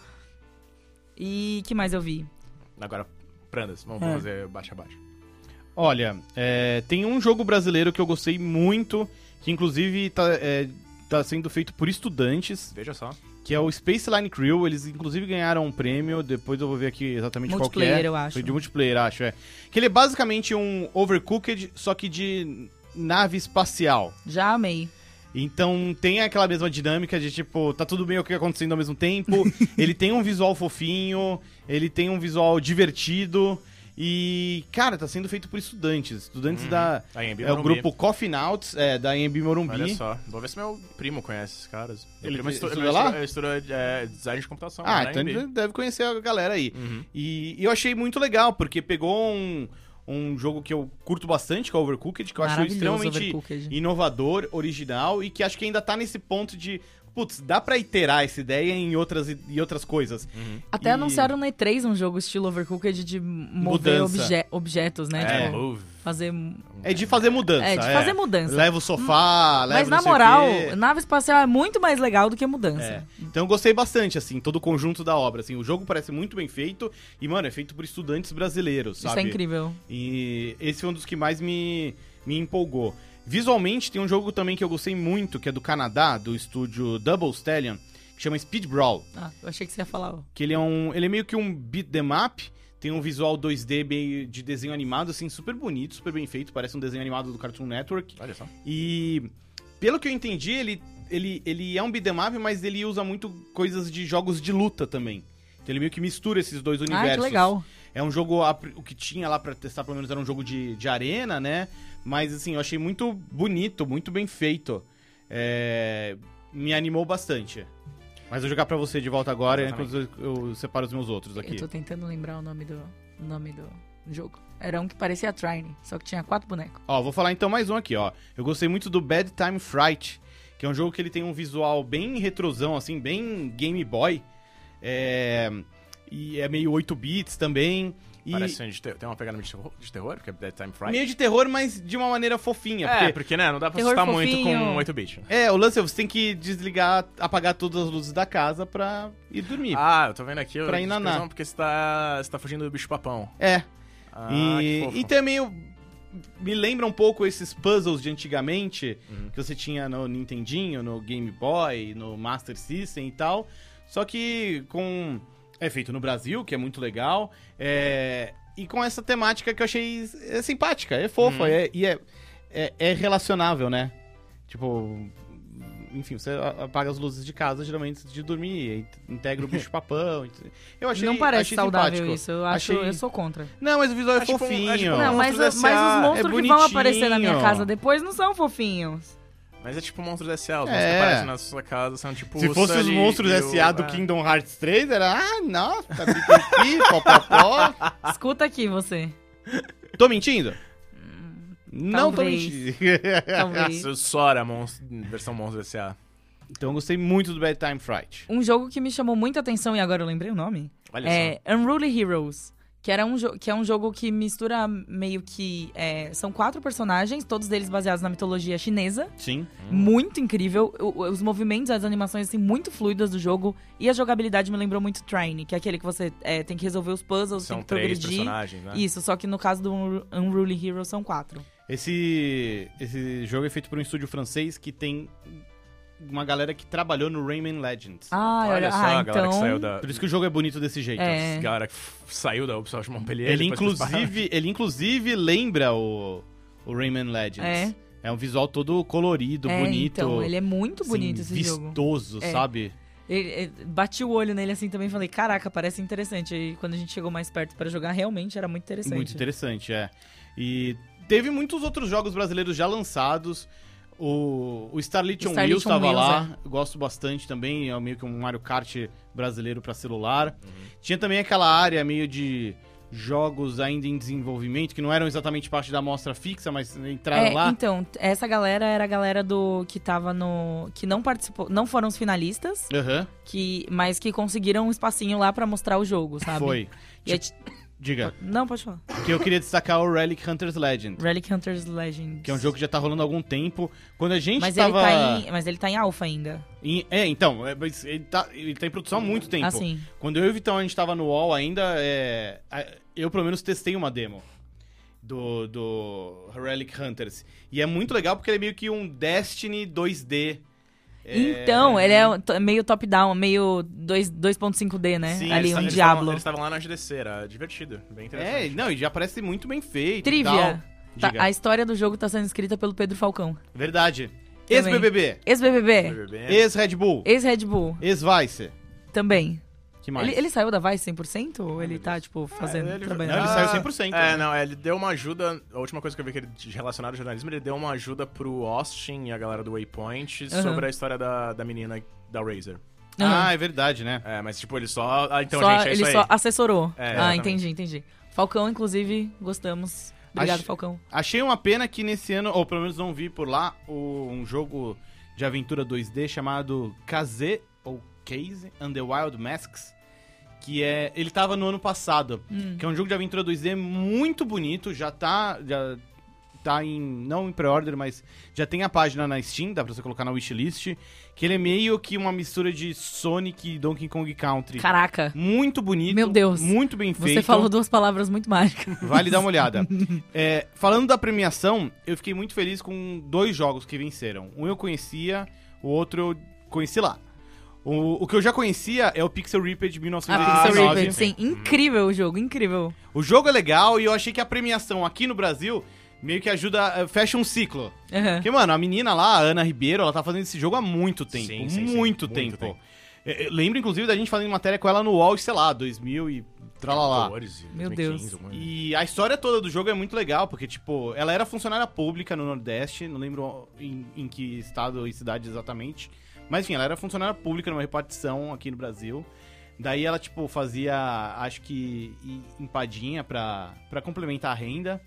S3: E que mais eu vi?
S1: Agora, prandas. Vamos
S2: É.
S1: vamos fazer baixa a baixa.
S2: Olha, é, tem um jogo brasileiro que eu gostei muito, que inclusive tá, é, tá sendo feito por estudantes,
S1: Veja só.
S2: que é o Space Line Crew. Eles inclusive ganharam um prêmio, depois eu vou ver aqui exatamente qual que é.
S3: Multiplayer, eu acho.
S2: Foi de multiplayer, acho, é. Que ele é basicamente um Overcooked, só que de nave espacial.
S3: Já amei.
S2: Então tem aquela mesma dinâmica de tipo, tá tudo bem o que acontecendo ao mesmo tempo. ele tem um visual fofinho, ele tem um visual divertido. E, cara, tá sendo feito por estudantes. Estudantes
S1: Uhum.
S2: da.
S1: Hum, A AMB
S2: É o grupo Coffee Nauts, é, da AMB Morumbi.
S1: Olha só. Vou ver se meu primo conhece esses caras. Meu
S2: Ele
S1: primo é
S2: estu-
S1: estu-
S2: estuda
S1: meu
S2: lá?
S1: estu- Estuda, é, design de computação.
S2: Ah,
S1: né,
S2: então
S1: AMB.
S2: ele deve conhecer a galera aí.
S1: Uhum.
S2: E eu achei muito legal, porque pegou um, um jogo que eu curto bastante, que é o Overcooked, que eu acho
S3: Maravilhoso,
S2: extremamente
S3: Overcooked.
S2: inovador, original e que acho que ainda tá nesse ponto de, putz, dá pra iterar essa ideia em outras, em outras coisas.
S3: Até
S2: E-
S3: anunciaram no E3 um jogo estilo Overcooked de mover
S2: Mudança.
S3: obje- objetos, né?
S2: É.
S3: Tipo,
S1: Move.
S3: fazer.
S2: É de fazer mudança.
S3: É, de fazer mudança. Hum,
S2: Leva o sofá, leva
S3: Mas
S2: não
S3: na
S2: sei o
S3: moral,
S2: quê.
S3: nave espacial é muito mais legal do que mudança.
S2: Então eu gostei bastante, assim, todo o conjunto da obra. Assim, o jogo parece muito bem feito e, mano, é feito por estudantes brasileiros,
S3: Isso
S2: sabe?
S3: é incrível.
S2: E esse foi um dos que mais me, me empolgou. Visualmente, tem um jogo também que eu gostei muito, que é do Canadá, do estúdio Double Stallion, que chama Speed Brawl.
S3: Ah, eu achei que você ia falar. ó.
S2: Que ele é um. Ele é meio que um beat them up. Tem um visual 2D meio de desenho animado, assim, super bonito, super bem feito. Parece um desenho animado do Cartoon Network.
S1: Olha só.
S2: E pelo que eu entendi, ele, ele, ele é um beat'em up, mas ele usa muito coisas de jogos de luta também. Então ele meio que mistura esses dois universos.
S3: Ah, que legal.
S2: É um jogo, a pri- o que tinha lá pra testar pelo menos era um jogo de, de arena, né? Mas assim, eu achei muito bonito, muito bem feito. É, me animou bastante. Mas eu vou jogar pra você de volta agora, enquanto eu, eu separo os meus outros aqui.
S3: Eu tô tentando lembrar o nome do nome do jogo. Era um que parecia Trine, só que tinha quatro bonecos.
S2: Ó, vou falar então mais um aqui, ó. Eu gostei muito do Bad Time Fright, que é um jogo que ele tem um visual bem retrosão, assim, bem Game Boy. É... E é meio 8 bits também. E
S1: Parece um de ter- tem uma pegada de terror, de terror, porque é Dead Time Fright.
S2: meio de terror, mas de uma maneira fofinha.
S1: É,
S2: porque-
S1: porque, né, não dá pra
S3: Terror
S1: assustar muito
S3: fofinho.
S1: com 8-bit. né?
S2: É, o lance é você tem que desligar, apagar todas as luzes da casa pra ir dormir.
S1: Ah, eu tô vendo aqui. eu-
S2: Pra inanar.
S1: descrição, Porque você tá, você tá fugindo do bicho-papão.
S2: É.
S1: Ah, que
S2: e,
S1: fofo.
S2: e também eu- me lembra um pouco esses puzzles de antigamente,
S1: Uhum.
S2: que você tinha no Nintendinho, no Game Boy, no Master System e tal. Só que com. É feito no Brasil, que é muito legal. é, E com essa temática que eu achei é simpática, é fofa
S1: Uhum.
S2: é- e é, é, é relacionável, né? Tipo. Enfim, você a- apaga as luzes de casa geralmente antes de dormir, e integra o bicho-papão. Eu achei
S3: não parece
S2: achei
S3: saudável
S2: simpático.
S3: isso. Eu acho,
S2: Achei-
S3: eu sou contra.
S2: Não, mas o visual é
S1: Acho que um-
S2: fofinho.
S1: acho que um-
S3: Não,
S1: monstros
S3: mas, os-
S1: S.A.
S3: mas os
S1: é
S3: monstros que vão
S2: assim, ah, bonitinho.
S3: aparecer na minha casa depois não são fofinhos.
S1: Mas é tipo monstros S.A. Os
S2: É.
S1: monstros que aparecem na sua casa são tipo.
S2: Se
S1: o
S2: fosse os
S1: Sully
S2: monstros
S1: e o-
S2: S.A. do
S1: é.
S2: Kingdom Hearts 3, era, ah, nossa, pipipi, popopó.
S3: Escuta aqui você.
S2: Tô mentindo? Não tô
S3: talvez.
S2: mentindo.
S3: Talvez.
S1: Seu Sora, monst- versão monstro S.A.
S2: então eu gostei muito do Bad Time Fright.
S3: Um jogo que me chamou muita atenção e agora eu lembrei o nome.
S1: Olha
S3: É Unruly Heroes. Que, era um jo- que é um jogo que mistura meio que. é, são quatro personagens, todos eles baseados na mitologia chinesa.
S2: Sim.
S1: Hum.
S3: Muito incrível. O- o- os movimentos, as animações, assim, muito fluidas do jogo. E a jogabilidade me lembrou muito Trine, que é aquele que você é, tem que resolver os puzzles,
S1: só. São
S3: tem que
S1: três
S3: progredir.
S1: personagens, né?
S3: Isso, só que no caso do Unru- Unruly Heroes são quatro.
S2: Esse, esse jogo é feito por um estúdio francês que tem uma galera que trabalhou no Rayman Legends.
S3: Ah,
S1: Olha
S3: olha,
S1: só
S3: ah,
S1: a galera
S3: então.
S1: que saiu da.
S2: Por isso que o jogo é bonito desse jeito.
S3: É.
S1: A galera que f- saiu da Ubisoft Montpellier.
S2: Ele,
S1: depois foi pra-
S2: inclusive, ele inclusive lembra o, o Rayman Legends.
S3: É.
S2: É. um visual todo colorido,
S3: é,
S2: bonito.
S3: Então, ele é muito
S2: assim,
S3: bonito esse jogo.
S2: vistoso,
S3: É.
S2: sabe?
S3: Ele- ele- bati o olho nele assim também e falei, caraca, parece interessante. E quando a gente chegou mais perto pra jogar, realmente era muito interessante.
S2: Muito interessante, é. E teve muitos outros jogos brasileiros já lançados. O, o Starlit on
S3: Starlit
S2: Wheels
S3: on
S2: estava
S3: Wheels, é.
S2: lá, eu gosto bastante também, é meio que um Mario Kart brasileiro para celular.
S3: Uhum.
S2: Tinha também aquela área meio de jogos ainda em desenvolvimento, que não eram exatamente parte da amostra fixa, mas entraram
S3: É,
S2: lá.
S3: então, essa galera era a galera do que tava no. que não participou. não foram os finalistas,
S2: Aham,
S3: que, mas que conseguiram um espacinho lá pra mostrar o jogo, sabe?
S2: foi.
S3: E aí t-
S2: Diga,
S3: Não, pode falar.
S2: que eu queria destacar o Relic Hunters Legend,
S3: Relic Hunters Legends.
S2: que é um jogo que já tá rolando há algum tempo. Quando a gente
S3: mas,
S2: tava...
S3: ele tá em, mas ele tá em alfa ainda.
S2: em- É, então, é, mas ele tá, ele tá em produção há muito tempo.
S3: Assim.
S2: Quando eu e o Vitão a gente tava no UOL ainda, é, a- eu pelo menos testei uma demo do, do Relic Hunters. E é muito legal porque ele é meio que um Destiny 2D. É,
S3: Então, ele é um to- meio top-down, meio dois- 2.5D, né?
S2: Sim,
S3: Ali,
S2: eles-
S3: um
S1: eles
S3: Diablo.
S1: tavam- Eles estavam lá na GDC, era divertido, bem
S2: É,
S1: interessante.
S2: não, e já parece muito bem feito. e
S3: Trivia.
S2: tal.
S3: Tá-
S2: Diga.
S3: a história do jogo tá sendo escrita pelo Pedro Falcão.
S2: Verdade. Ex-BBB,
S3: Ex-BBB,
S1: É.
S2: ex-Red Bull,
S3: ex-Red Bull,
S2: ex-Vice.
S3: também.
S2: Que mais?
S3: Ele, ele saiu da Vice 100% ou ele tá, tipo, fazendo,
S1: ele-
S3: trabalhando?
S2: Não, ele
S1: Ah,
S2: saiu 100%.
S1: É,
S2: né?
S1: não, ele deu uma ajuda. A última coisa que eu vi que ele relacionado ao jornalismo, ele deu uma ajuda pro Austin e a galera do Waypoint
S3: Aham.
S1: sobre a história da, da menina da Razer.
S3: Aham.
S2: Ah, é verdade, né?
S1: É, mas tipo, ele só. Ah, então,
S3: Só-
S1: gente, é
S3: ele
S1: isso
S3: só
S1: aí.
S3: assessorou.
S1: É,
S3: ah,
S1: exatamente.
S3: entendi, entendi. Falcão, inclusive, gostamos. Obrigado,
S2: Acho-
S3: Falcão.
S2: Achei uma pena que nesse ano, ou pelo menos não vi por lá, o- um jogo de aventura 2D chamado KZ, ou Case and the Wild Masks, que é... Ele tava no ano passado,
S3: Hum.
S2: que é um jogo de aventura 2D muito bonito, já tá... Já tá em... não em pré-order, mas já tem a página na Steam, dá pra você colocar na wishlist, que ele é meio que uma mistura de Sonic e Donkey Kong Country.
S3: Caraca,
S2: Muito bonito.
S3: Meu Deus.
S2: Muito bem feito.
S3: você falou duas palavras muito mágicas.
S2: Vale dar uma olhada. É, falando da premiação, eu fiquei muito feliz com dois jogos que venceram. Um eu conhecia, o outro eu conheci lá. O, o que eu já conhecia é o Pixel Ripped de
S3: Ah, Pixel
S2: 1999.
S3: Ripped, sim. Incrível o jogo, incrível.
S2: o jogo é legal e eu achei que a premiação aqui no Brasil meio que ajuda, eh, fecha um ciclo.
S3: Aham.
S2: Porque, mano, a menina lá, a Ana Ribeiro, ela tá fazendo esse jogo há muito tempo.
S1: Sim, sim, sim.
S2: muito
S1: Muito
S2: tempo.
S1: tempo.
S2: Eh, eu lembro, inclusive, da gente fazendo matéria com ela no UOL, sei lá, 2000 e tralalá.
S3: Meu
S2: E a história toda do jogo é muito legal, porque, tipo, ela era funcionária pública no Nordeste, não lembro em, em que estado e cidade exatamente. Mas, enfim, ela era funcionária pública numa repartição aqui no Brasil. Daí ela, tipo, fazia, acho que, e- empadinha pra, pra complementar a renda.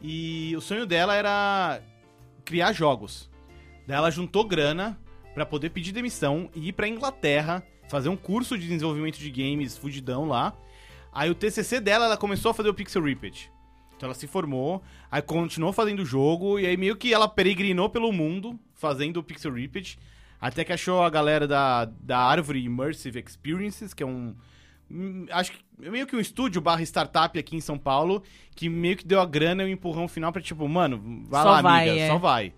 S2: E o sonho dela era criar jogos. Daí ela juntou grana pra poder pedir demissão e ir pra Inglaterra fazer um curso de desenvolvimento de games fudidão lá. Aí o TCC dela, ela começou a fazer o Pixel Ripped. Então ela se formou, aí continuou fazendo o jogo, e aí meio que ela peregrinou pelo mundo fazendo o Pixel Ripped, até que achou a galera da, da Árvore Immersive Experiences, que é um... hum, Acho que é meio que um estúdio barra startup aqui em São Paulo, que meio que deu a grana e o empurrão final pra tipo, mano, vai
S3: Só
S2: lá,
S3: vai,
S2: amiga,
S3: é.
S2: só vai.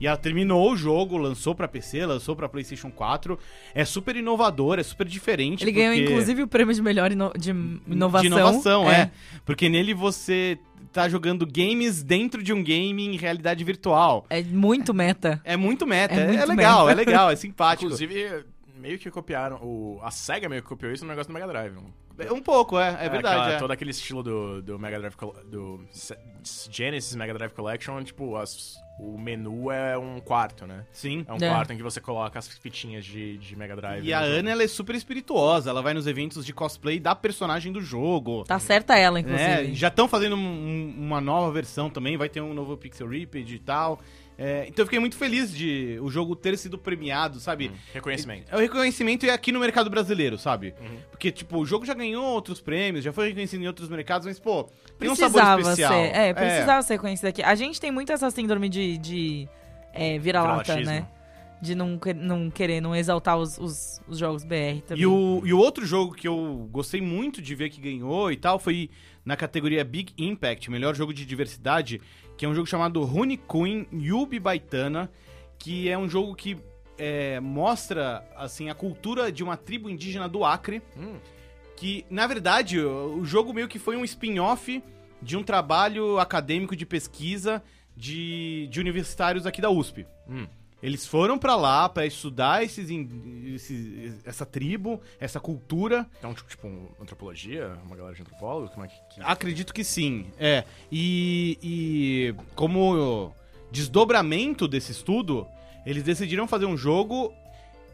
S2: E ela terminou o jogo, lançou pra PC, lançou pra PlayStation 4. É super inovador, é super diferente.
S3: Ele ganhou,
S2: porque-
S3: inclusive, o prêmio de melhor ino- de inovação.
S2: de inovação, é. Porque nele você tá jogando games dentro de um game em realidade virtual.
S3: É muito meta.
S2: É muito meta,
S3: É
S2: é, é
S3: muito
S2: legal,
S3: meta.
S2: é legal, é simpático.
S1: Inclusive, meio que copiaram. O, a SEGA meio que copiou isso no negócio do Mega Drive. não?
S2: É Um pouco, é, é verdade.
S1: aquela-
S2: é.
S1: Todo aquele estilo do, do Mega Drive. Col- Do Se- Genesis Mega Drive Collection, tipo, as- o menu é um quarto, né?
S2: Sim.
S1: É um
S3: É.
S1: quarto em que você coloca as fitinhas de, de Mega Drive.
S2: E a
S1: no jogo.
S2: Ana, ela é super espirituosa, ela vai nos eventos de cosplay da personagem do jogo.
S3: Tá certa ela,
S2: É,
S3: inclusive.
S2: já estão fazendo um- um- uma nova versão também, vai ter um novo Pixel Ripped e tal. É, então eu fiquei muito feliz de o jogo ter sido premiado, sabe?
S1: Hum, Reconhecimento.
S2: É o reconhecimento e aqui no mercado brasileiro, sabe?
S1: Uhum.
S2: Porque, tipo, o jogo já ganhou outros prêmios, já foi reconhecido em outros mercados, mas, pô, tem um sabor
S3: Precisava
S2: especial.
S3: ser. É, precisava ser conhecida aqui. A gente tem muito essa síndrome de, de é, vira-lata,
S1: Vira-latismo.
S3: né? De não, que- não querer, não exaltar os, os, os jogos BR também.
S2: E o, e o outro jogo que eu gostei muito de ver que ganhou e tal foi na categoria Big Impact, melhor jogo de diversidade, que é um jogo chamado Rune Queen Yubi Baitana, que é um jogo que é, mostra assim a cultura de uma tribo indígena do Acre.
S1: Hum.
S2: que na verdade o o jogo meio que foi um spin-off de um trabalho acadêmico de pesquisa de, de universitários aqui da USP.
S1: Hum.
S2: Eles foram pra lá pra estudar esses, in- esses- essa tribo, essa cultura.
S1: Então, tipo, tipo, um- antropologia? Uma galera de antropólogos? Como é que. que-
S2: Ah, Acredito que sim, é. E, e como desdobramento desse estudo, eles decidiram fazer um jogo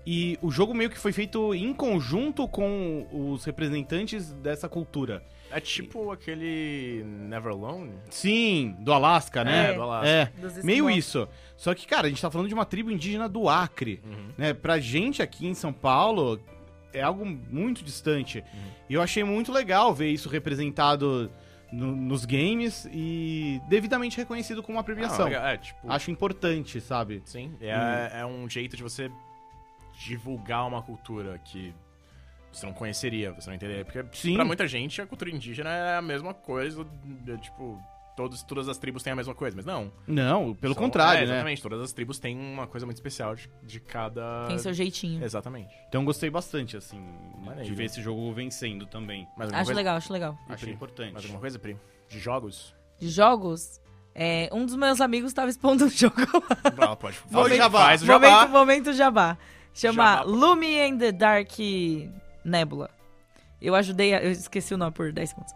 S2: e o jogo meio que foi feito em conjunto com os representantes dessa cultura.
S1: É tipo aquele Never Alone?
S2: Sim, do Alasca, né?
S3: É,
S1: do Alasca.
S2: É,
S3: Dos Esquimós.
S2: meio isso. Só que, cara, a gente tá falando de uma tribo indígena do Acre,
S1: Uhum.
S2: né? Pra gente aqui em São Paulo é algo muito distante.
S1: Uhum.
S2: E eu achei muito legal ver isso representado no- nos games e devidamente reconhecido como uma
S1: Ah,
S2: premiação.
S1: legal. é, tipo.
S2: Acho importante, sabe?
S1: Sim, é,
S2: Hum.
S1: é um jeito de você divulgar uma cultura que você não conheceria, você não entenderia. Porque
S2: Sim.
S1: pra muita gente a cultura indígena é a mesma coisa, é, tipo, todos, todas as tribos têm a mesma coisa, mas não.
S2: Não, pelo
S1: São-
S2: contrário,
S1: é,
S2: né?
S1: Exatamente, todas as tribos têm uma coisa muito especial de, de cada...
S3: Tem seu jeitinho.
S1: Exatamente.
S2: Então gostei bastante, assim, de
S1: Maravilha.
S2: ver esse jogo vencendo também.
S1: Mais alguma
S3: Acho
S1: coisa?
S3: legal, acho legal.
S1: E,
S2: Achei
S1: Pri?
S2: importante.
S1: Mais alguma coisa, Pri? De jogos?
S3: De jogos, é, um dos meus amigos tava expondo um jogo.
S1: Ela pode.
S2: Vou
S1: faz o
S2: jabá.
S1: Faz o jabá.
S3: momento, momento jabá. Chama
S1: Jabá.
S3: Lume and the Dark Nebula. Eu ajudei, a, eu esqueci o nome por 10 segundos.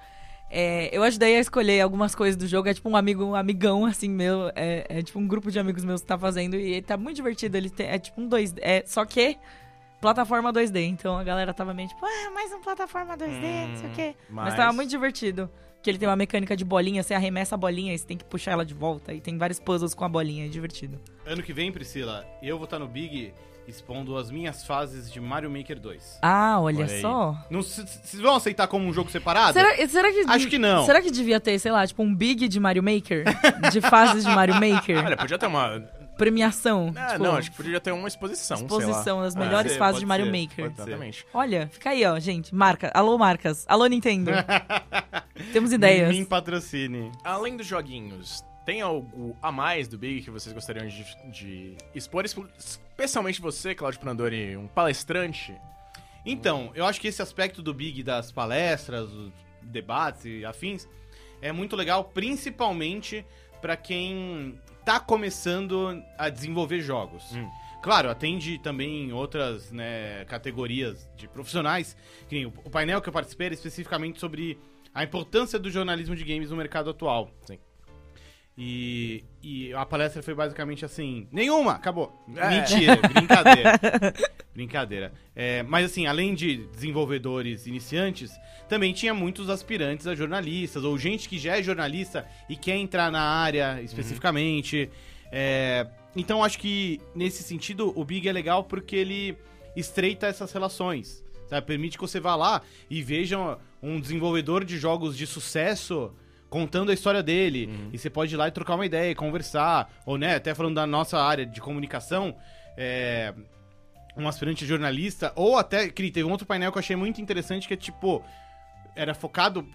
S3: É, eu ajudei a escolher algumas coisas do jogo. É tipo um amigo, um amigão assim meu. É, é tipo um grupo de amigos meus que tá fazendo e ele tá muito divertido. Ele tem- é tipo um 2D. É, só que plataforma 2D. Então a galera tava meio tipo, ah, mais um plataforma 2D, não sei o quê. Mas...
S1: Hum, mas-
S3: tava muito divertido. que ele tem uma mecânica de bolinha, você arremessa a bolinha e você tem que puxar ela de volta. E tem vários puzzles com a bolinha, é divertido.
S2: Ano que vem, Priscila, eu vou estar no Big expondo as minhas fases de Mario Maker 2.
S3: Ah, olha,
S1: Olha aí.
S3: só.
S2: Não, c- c- Vocês vão aceitar como um jogo separado?
S3: Será, será que
S2: Acho que não.
S3: Será que devia ter, sei lá, tipo um big de Mario Maker, de fases de Mario Maker,
S1: Ah, Olha, podia ter uma.
S3: premiação,
S1: Ah,
S3: tipo,
S1: não, acho que podia ter uma exposição. sei lá.
S3: exposição das
S1: Pode
S3: melhores
S2: ser,
S3: fases
S2: pode
S3: de Mario
S2: ser,
S3: Maker.
S2: pode ser.
S1: Exatamente.
S3: Olha, fica aí, ó, gente. Marca, alô marcas, alô Nintendo. Temos ideias.
S2: Mim patrocine.
S1: Além dos joguinhos, tem algo a mais do Big que vocês gostariam de, de expor? Espo- Especialmente você, Claudio Prandoni, um palestrante.
S2: Então, eu acho que esse aspecto do Big, das palestras, dos debates e afins, é muito legal, principalmente pra quem tá começando a desenvolver jogos.
S1: Hum.
S2: Claro, atende também outras né, categorias de profissionais. Que nem o o painel que eu participei era especificamente sobre a importância do jornalismo de games no mercado atual.
S1: Sim.
S2: E, e a palestra foi basicamente assim: nenhuma, acabou.
S1: É.
S2: Mentira, brincadeira. Brincadeira. É, mas assim, além de desenvolvedores iniciantes, também tinha muitos aspirantes a jornalistas, ou gente que já é jornalista e quer entrar na área
S1: Uhum.
S2: especificamente. É, então acho que nesse sentido o Big é legal porque ele estreita essas relações. Sabe? Permite que você vá lá e veja um desenvolvedor de jogos de sucesso contando a história dele. E você pode ir lá e trocar uma ideia, e conversar. Ou, né, até falando da nossa área de comunicação, é, um aspirante jornalista, ou até, Cri, teve um outro painel que eu achei muito interessante, que é tipo, era focado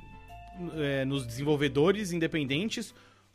S2: é, nos desenvolvedores independentes,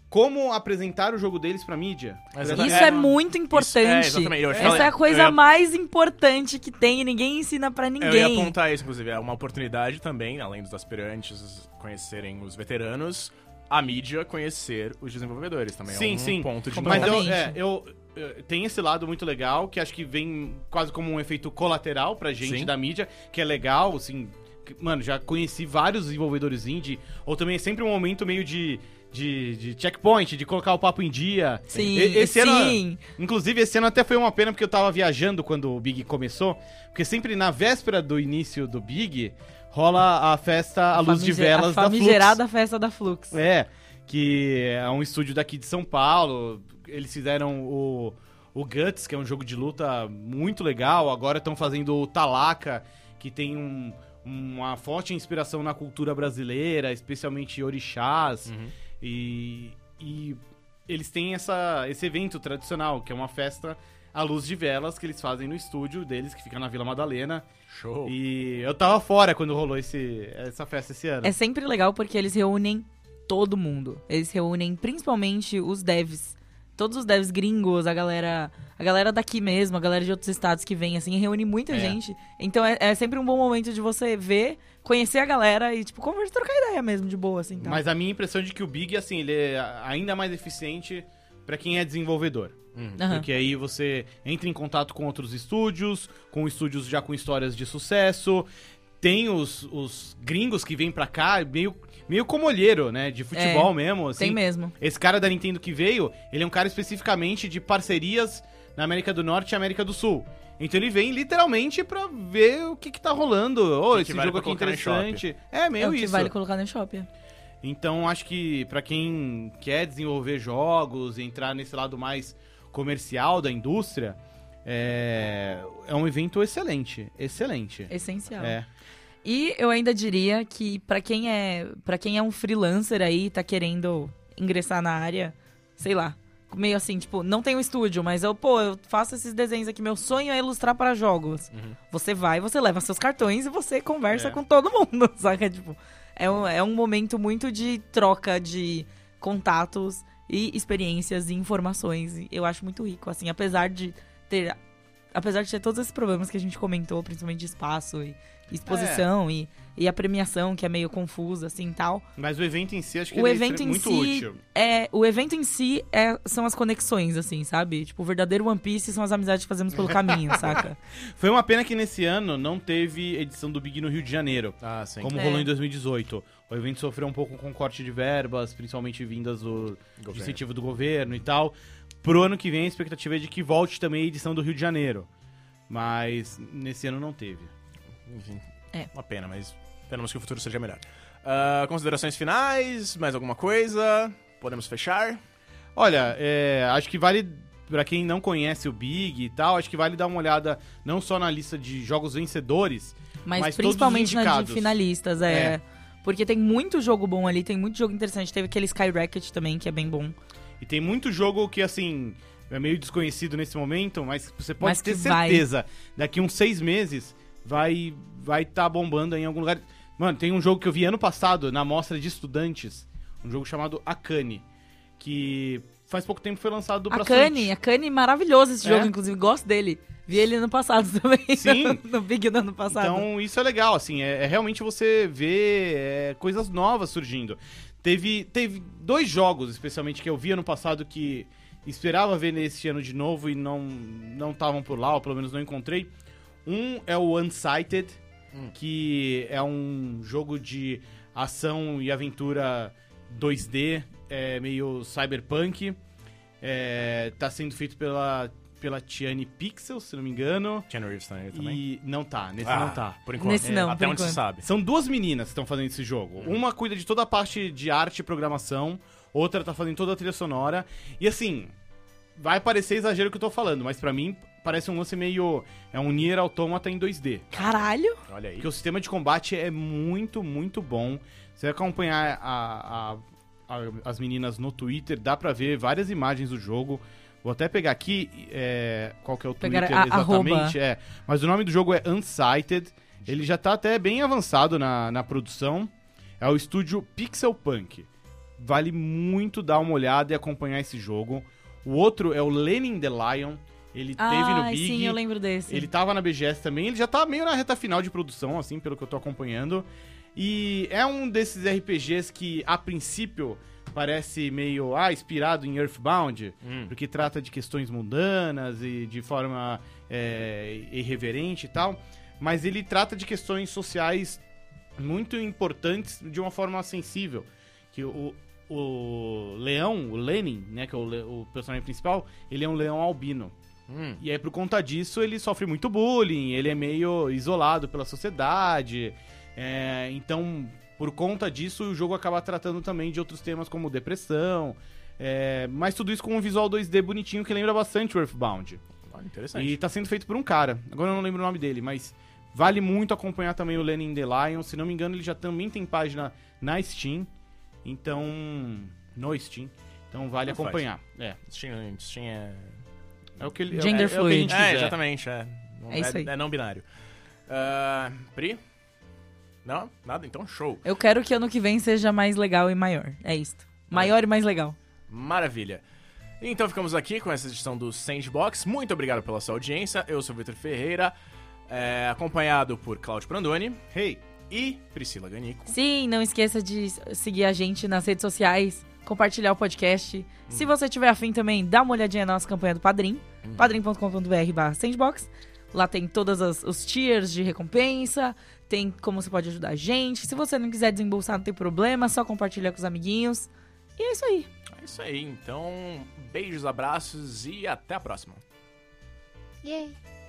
S2: como apresentar o jogo deles pra mídia.
S1: Mas
S2: Apresentar-
S3: Isso é, muito importante.
S1: exatamente. Eu ia
S3: Essa
S1: falar-
S3: é a coisa
S1: eu ia-
S3: mais importante que tem e ninguém ensina pra
S1: Eu ia
S3: ninguém.
S1: apontar isso, inclusive. É uma oportunidade também, além dos aspirantes conhecerem os veteranos, a mídia conhecer os desenvolvedores também. é
S2: Sim,
S1: um
S2: sim.
S1: ponto de
S2: Mas eu,
S3: Completamente.
S2: é, eu, eu- tem esse lado muito legal, que acho que vem quase como um efeito colateral pra gente
S1: Sim.
S2: da mídia, que é legal, assim. que- Mano, já conheci vários desenvolvedores indie, ou também é sempre um momento meio de, de, de checkpoint, de colocar o papo em dia.
S3: Sim,
S2: E- esse Ano,
S3: sim.
S2: inclusive, esse ano até foi uma pena porque eu tava viajando quando o Big começou, porque sempre na véspera do início do Big rola a festa à luz de
S3: Famige-
S2: velas
S3: a
S2: da Flux.
S3: famigerada festa da Flux.
S2: É, que é um estúdio daqui de São Paulo. Eles fizeram o, o Guts, que é um jogo de luta muito legal. Agora estão fazendo o Talaka, que tem um- uma forte inspiração na cultura brasileira, especialmente orixás.
S1: Uhum.
S2: E, e eles têm essa, esse evento tradicional, que é uma festa à luz de velas que eles fazem no estúdio deles, que fica na Vila Madalena.
S1: Show.
S2: E eu tava fora quando rolou esse, essa festa esse ano.
S3: É sempre legal porque eles reúnem todo mundo. Eles reúnem principalmente os devs. Todos os devs gringos, a galera, a galera daqui mesmo, a galera de outros estados que vem, assim, reúne muita
S2: É.
S3: gente. Então é, é sempre um bom momento de você ver, conhecer a galera e, tipo, conversar, trocar ideia mesmo, de boa, assim, tá?
S2: Mas a minha impressão é de que o Big, assim, ele é ainda mais eficiente pra quem é desenvolvedor.
S1: Uhum.
S3: Aham.
S2: Porque aí você entra em contato com outros estúdios, com estúdios já com histórias de sucesso. Tem os, os gringos que vêm pra cá, meio, meio como olheiro, né? De futebol mesmo, assim.
S3: É, Tem mesmo.
S2: Esse cara da Nintendo que veio, ele é um cara especificamente de parcerias na América do Norte e América do Sul. Então ele vem literalmente pra ver o que que tá rolando. Ô,
S1: que
S2: esse
S1: vale pra
S2: jogo aqui é
S1: colocar no
S2: interessante. É, meio
S3: é o que
S2: isso.
S3: vale colocar no shopping.
S2: Então acho que pra quem quer desenvolver jogos, entrar nesse lado mais comercial da indústria, é, é um evento excelente, excelente.
S3: Essencial.
S2: É.
S3: E eu ainda diria que pra quem é, para quem é um freelancer aí, tá querendo ingressar na área, sei lá, meio assim, tipo, não tem um estúdio, mas eu, pô, eu faço esses desenhos aqui, meu sonho é ilustrar para jogos.
S1: Uhum.
S3: Você vai, você leva seus cartões e você conversa
S2: É.
S3: com todo mundo, saca? Tipo, é um, é um momento muito de troca de contatos e experiências e informações. E Eu acho muito rico, assim, apesar de ter apesar de ter todos esses problemas que a gente comentou, principalmente de espaço e exposição
S2: É.
S3: e, e a premiação que é meio confusa assim e tal.
S2: Mas o evento em si acho que
S3: O
S2: ele
S3: evento
S2: é
S3: em
S2: muito
S3: si-
S2: útil.
S3: É, o evento em si é- são as conexões assim, sabe? Tipo, o verdadeiro One Piece são as amizades que fazemos pelo caminho, saca?
S2: Foi uma pena que nesse ano não teve edição do Big no Rio de Janeiro,
S1: Ah, sim.
S2: como
S3: É.
S2: rolou em 2018. O evento sofreu um pouco com corte de verbas, principalmente vindas do de
S1: Governo.
S2: incentivo do governo e tal. Pro ano que vem a expectativa é de que volte também a edição do Rio de Janeiro. Mas nesse ano não teve.
S1: Enfim,
S3: É.
S2: É.
S1: uma pena, mas esperamos que o futuro seja melhor. Ah, considerações finais? Mais alguma coisa? Podemos fechar?
S2: Olha, é, acho que vale pra quem não conhece o Big e tal, acho que vale dar uma olhada não só na lista de jogos vencedores, Mas
S3: Mas,
S2: todos os
S3: principalmente nas
S2: indicados.
S3: de finalistas, é.
S2: É.
S3: Porque tem muito jogo bom ali, tem muito jogo interessante. Teve aquele Skyrocket também, que é bem bom.
S2: e tem muito jogo que assim é meio desconhecido nesse momento, mas você pode
S3: Mas que
S2: ter
S3: vai.
S2: certeza daqui uns seis meses vai vai tá bombando aí em algum lugar. Mano, tem um jogo que eu vi ano passado na mostra de estudantes, um jogo chamado Akane, que faz pouco tempo foi lançado pra
S3: a Kanye,
S2: Switch.
S3: a Kanye maravilhoso esse
S2: É?
S3: jogo, inclusive, gosto dele. Vi ele ano passado também.
S2: Sim.
S3: No, Big do ano passado.
S2: Então, isso é legal, assim, é, é realmente você ver é, coisas novas surgindo. Teve, teve dois jogos, especialmente, que eu vi ano passado que esperava ver nesse ano de novo e não não estavam por lá, ou pelo menos não encontrei. Um é o Unsighted, que é um jogo de ação e aventura 2D, é, meio cyberpunk. É, tá sendo feito pela, pela Tiani Pixel, se não me engano.
S1: Keanu Reeves tá aí também?
S2: E não tá, nesse
S1: Ah,
S2: não tá.
S1: Por enquanto.
S3: Nesse
S1: É,
S3: não,
S1: Até
S3: por
S1: onde se
S3: enquanto.
S1: sabe.
S2: São duas meninas que estão fazendo esse jogo.
S1: Hum.
S2: Uma cuida de toda a parte de arte e programação, outra tá fazendo toda a trilha sonora. E assim, vai parecer exagero o que eu tô falando, mas pra mim parece um lance meio. É um Nier Automata em 2D.
S3: Caralho!
S1: Olha aí.
S2: Porque o sistema de combate é muito, muito bom. Você vai acompanhar a- a- a- as meninas no Twitter, dá pra ver várias imagens do jogo. Vou até pegar aqui é, qual que é o
S3: Pegar
S2: Twitter
S3: a-
S2: exatamente.
S3: arroba.
S2: É, mas o nome do jogo é Unsighted. Ele já tá até bem avançado na, na produção. É o estúdio Pixel Punk. Vale muito dar uma olhada e acompanhar esse jogo. O outro é o Lenin the Lion. Ele teve no
S3: Ah,
S2: Big.
S3: sim, eu lembro desse.
S2: Ele tava na BGS também, ele já tá meio na reta final de produção, assim, pelo que eu tô acompanhando. E é um desses RPGs que, a princípio, parece meio, ah, inspirado em Earthbound,
S1: Hum.
S2: porque trata de questões mundanas e de forma é, irreverente e tal. Mas ele trata de questões sociais muito importantes de uma forma sensível. Que o, o leão, o Lenin, né, que é o, le- o personagem principal, ele é um leão albino.
S1: Hum.
S2: E aí, por conta disso, ele sofre muito bullying, ele é meio isolado pela sociedade. é, então, por conta disso, o jogo acaba tratando também de outros temas como depressão. é, mas tudo isso com um visual 2D bonitinho que lembra bastante o Earthbound.
S1: Olha, interessante.
S2: E tá sendo feito por um cara. Agora eu não lembro o nome dele, mas vale muito acompanhar também o Lenin The Lion. Se não me engano, ele já também tem página na Steam. Então. No Steam. Então vale
S1: Não faz.
S2: acompanhar. É.
S1: Steam, Steam é...
S2: É o que ele.
S3: Gender
S2: é, é o que a
S3: fluid.
S2: gente
S1: É,
S2: quiser.
S1: exatamente, é. Não,
S3: É isso aí.
S1: não binário. Ah, Pri? Não? Nada? Então, show.
S3: Eu quero que ano que vem seja mais legal e maior. É isto. Maior e mais legal.
S1: Maravilha. Então ficamos aqui com essa edição do Sandbox. Muito obrigado pela sua audiência. Eu sou o Vitor Ferreira, é, acompanhado por Cláudio Prandoni
S2: Hey!
S1: e Priscila Ganico.
S3: Sim, não esqueça de seguir a gente nas redes sociais, compartilhar o podcast. Se você tiver afim também, dá uma olhadinha na nossa campanha do Padrim, padrim.com.br barra sandbox. Lá tem todos os tiers de recompensa, tem como você pode ajudar a gente. Se você não quiser desembolsar, não tem problema, só compartilha com os amiguinhos. E é isso aí.
S1: É isso aí. Então, beijos, abraços e até a próxima.
S4: Yay!